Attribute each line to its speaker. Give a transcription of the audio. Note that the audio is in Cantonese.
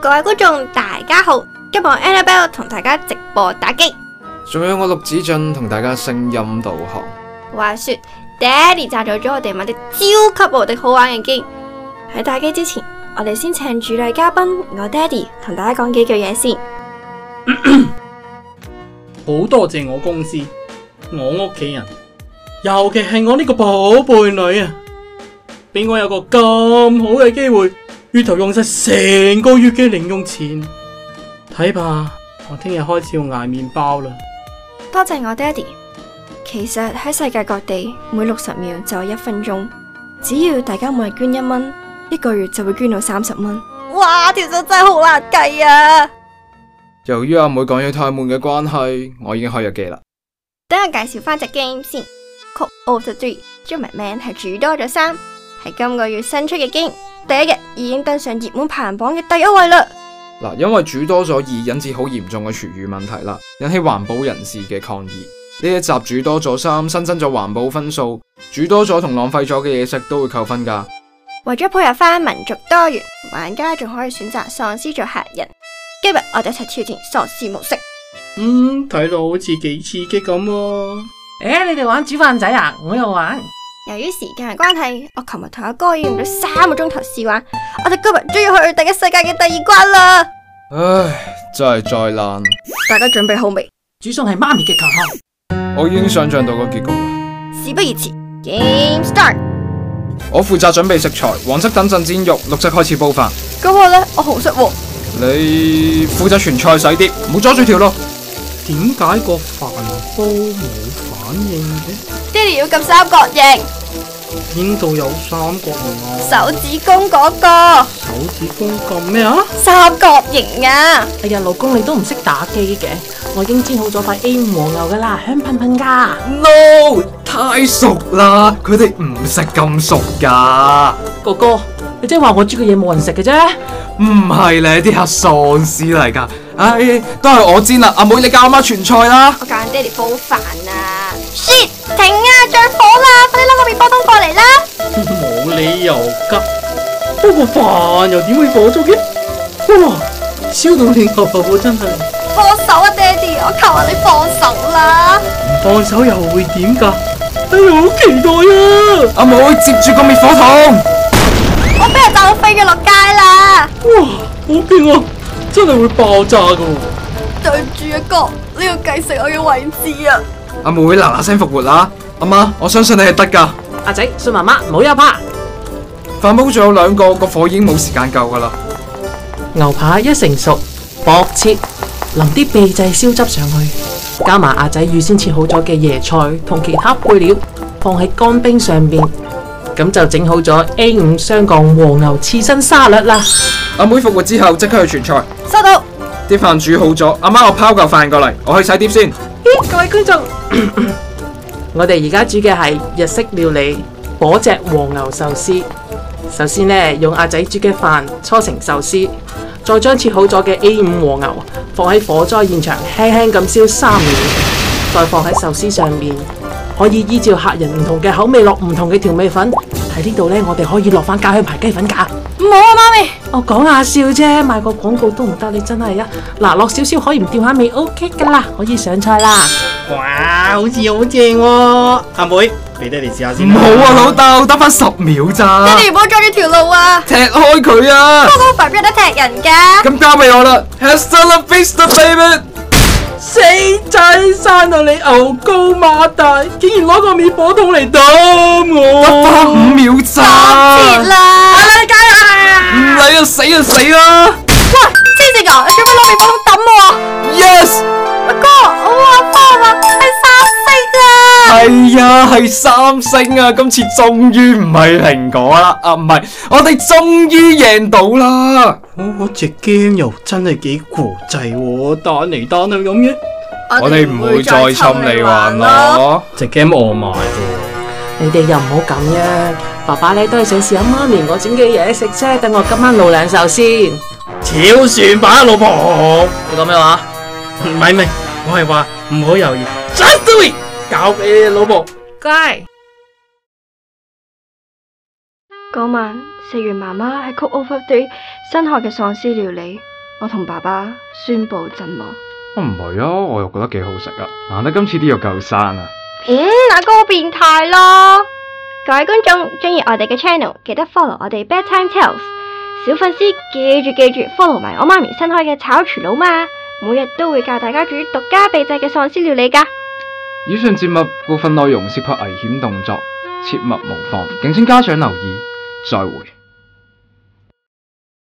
Speaker 1: 各位觀眾大家好，今日我 Annabelle 同大家直播打機。
Speaker 2: 仲有我陸子俊同大家聲音導航，
Speaker 1: 話說，Daddy 贊助咗我哋買啲超級無敵好玩嘅機。喺打機之前，我哋先請主禮嘉賓我 Daddy 同大家講幾句嘢先。
Speaker 3: 好多謝我公司、我屋企人，尤其係我呢個寶貝女啊，俾我有個咁好嘅機會，月頭用晒成個月嘅零用錢，睇怕我聽日開始要捱麵包啦。
Speaker 1: 多謝我 Daddy。其實喺世界各地，每六十秒就有一分鐘，只要大家每日捐一蚊，一個月就會捐到三十蚊。哇，條數真係好難計啊！
Speaker 2: 由於阿妹講嘢太悶嘅關係，我已經開咗機啦。
Speaker 1: 等我介紹翻隻 game 先，《Code of the Three》中文名係煮多咗三，係今個月新出嘅 game，第一日已經登上熱門排行榜嘅第一位啦。
Speaker 2: 嗱，因為煮多咗二引致好嚴重嘅廚餘問題啦，引起環保人士嘅抗議。呢一集煮多咗三新增咗環保分數，煮多咗同浪費咗嘅嘢食都會扣分㗎。
Speaker 1: 為咗配合翻民族多元，玩家仲可以選擇喪屍做客人。今日我哋一齊挑戰喪屍模式。
Speaker 3: 嗯，睇到好似幾刺激咁喎、
Speaker 4: 诶、你哋玩煮飯仔啊？我又玩。
Speaker 1: 由於時間嘅關係，我琴日同阿哥用咗三個鐘頭試玩，我哋今日終於去第一世界嘅第二關啦！
Speaker 2: 唉，真係災難！
Speaker 1: 大家準備好未？
Speaker 4: 煮餸係媽咪嘅強項。
Speaker 2: 我已經想象到個結局啦。
Speaker 1: 事不宜遲，Game Start！
Speaker 2: 我負責準備食材，黃色等陣煎肉，綠色開始煲飯。
Speaker 1: 嗰個呢，我紅色喎。
Speaker 2: 你負責傳菜洗碟，唔好阻住條路。
Speaker 3: 點解個飯煲冇反應嘅？
Speaker 1: Daddy 要撳三角形，
Speaker 3: 邊度有三角形啊？
Speaker 1: 手指公嗰、個
Speaker 3: 手指公咁咩啊？
Speaker 1: 三角形啊！
Speaker 4: 哎呀，老公你都唔識打機嘅，我已經煎好咗塊 A 五和牛噶啦，香噴噴噶。
Speaker 2: No，太熟啦，佢哋唔食咁熟噶，
Speaker 4: 哥哥，你即係話我煮嘅嘢冇人食嘅啫。
Speaker 2: 唔係咧，啲客喪屍嚟噶，唉、都係我煎啦，阿妹你教阿媽傳菜啦，
Speaker 1: 我教緊 Daddy 煲飯啊！Shit！停啊！着火啦！快啲攞個麵包燈過嚟啦！
Speaker 3: 冇理由噶，不過飯又點會火燭嘅？哇！燒到你頭髮真係唔
Speaker 1: 放手啊，Daddy！我求下你放手啦！
Speaker 3: 放手又會點㗎？哎呀，好期待啊！
Speaker 2: 阿妹接住個滅火筒，
Speaker 1: 我俾人炸到飛咗落街啦！
Speaker 3: 哇，好勁啊！真係會爆炸㗎喎！
Speaker 1: 對唔住啊，哥，你要繼承我嘅位置啊！
Speaker 2: 阿妹嗱嗱聲復活啦，阿媽我相信你係得噶，
Speaker 4: 阿仔信媽媽，唔好有怕。
Speaker 2: 飯煲仲有兩個，個火已經冇時間夠噶啦，
Speaker 4: 牛扒一成熟，薄切，淋啲秘製燒汁上去，加埋阿仔預先切好咗嘅椰菜同其他配料，放喺乾冰上邊，咁就整好咗 A 五雙降和牛刺身沙律啦。
Speaker 2: 阿妹復活之後即刻去傳菜，
Speaker 1: 收到，
Speaker 2: 啲飯煮好咗，阿媽我拋嚿飯過嚟，我去洗碟先，
Speaker 4: 咦各位觀眾， 我哋而家煮嘅係日式料理火隻和牛壽司。首先呢，用阿仔煮嘅飯搓成壽司，再將切好咗嘅 A 五和牛放喺火災現場，輕輕咁燒三秒，再放喺壽司上面。可以依照客人唔同嘅口味落唔同嘅調味粉。喺呢度呢，我哋可以落翻家鄉牌雞粉㗎。
Speaker 1: 唔好啊，媽咪，
Speaker 4: 我講下笑啫，賣個廣告都唔得，你真係啊！嗱，落少少海鹽調下味，OK 㗎啦，可以上菜啦。
Speaker 3: 哇，好似好正喎！阿妹，俾爹哋試下先
Speaker 2: 唔好啊老豆，得翻十秒咋，
Speaker 1: 爹哋唔好阻住條路啊！
Speaker 2: 踢開佢啊！
Speaker 1: 嗰個爸邊有得踢人㗎。
Speaker 2: 咁交俾我啦，Hasta la vista baby。
Speaker 3: 死仔生啊到你牛高馬大，竟然攞個滅火筒嚟抌
Speaker 2: 得翻五
Speaker 3: 我！
Speaker 2: 秒咋？
Speaker 1: 啦！我你街啦！
Speaker 2: 唔理啊，死啊死啦
Speaker 1: 喂，黐線啊！你做乜攞麵包桶抌我啊？
Speaker 2: ！Yes，
Speaker 1: 阿哥，我話翻話係三星啊！
Speaker 2: 係啊，係三星啊！今次終於唔係蘋果啦，啊唔係，我哋終於贏到啦！
Speaker 3: 我嗰只 game 又真係幾國際喎，彈嚟彈去咁嘅，
Speaker 2: 咯。
Speaker 3: 只 game 我買喎。
Speaker 4: 你哋又唔好咁啫，爸爸咧都係想試下媽咪我整嘅嘢食啫，等我今晚露兩手先。
Speaker 3: 超算吧，老婆。
Speaker 4: 你講咩話？
Speaker 3: 唔係唔係，我係話唔好猶豫，just do it，交俾你老婆。
Speaker 4: 乖，
Speaker 1: 嗰晚食完媽媽喺 Cook Over Day 新學嘅喪屍料理，我同爸爸宣布陣亡。
Speaker 2: 我唔係啊，我又覺得幾好食啊！難得今次啲肉夠生啊！
Speaker 1: 嗯，阿哥好變態咯！各位觀眾中意我哋嘅 channel，記得 follow 我哋 Bedtime Tales。小粉絲記住記住 follow 埋我媽咪新開嘅炒廚佬嘛，每日都會教大家煮獨家秘製嘅喪屍料理㗎。
Speaker 2: 以上節目部分內容涉及危險動作，切勿模仿，敬請家長留意。再會。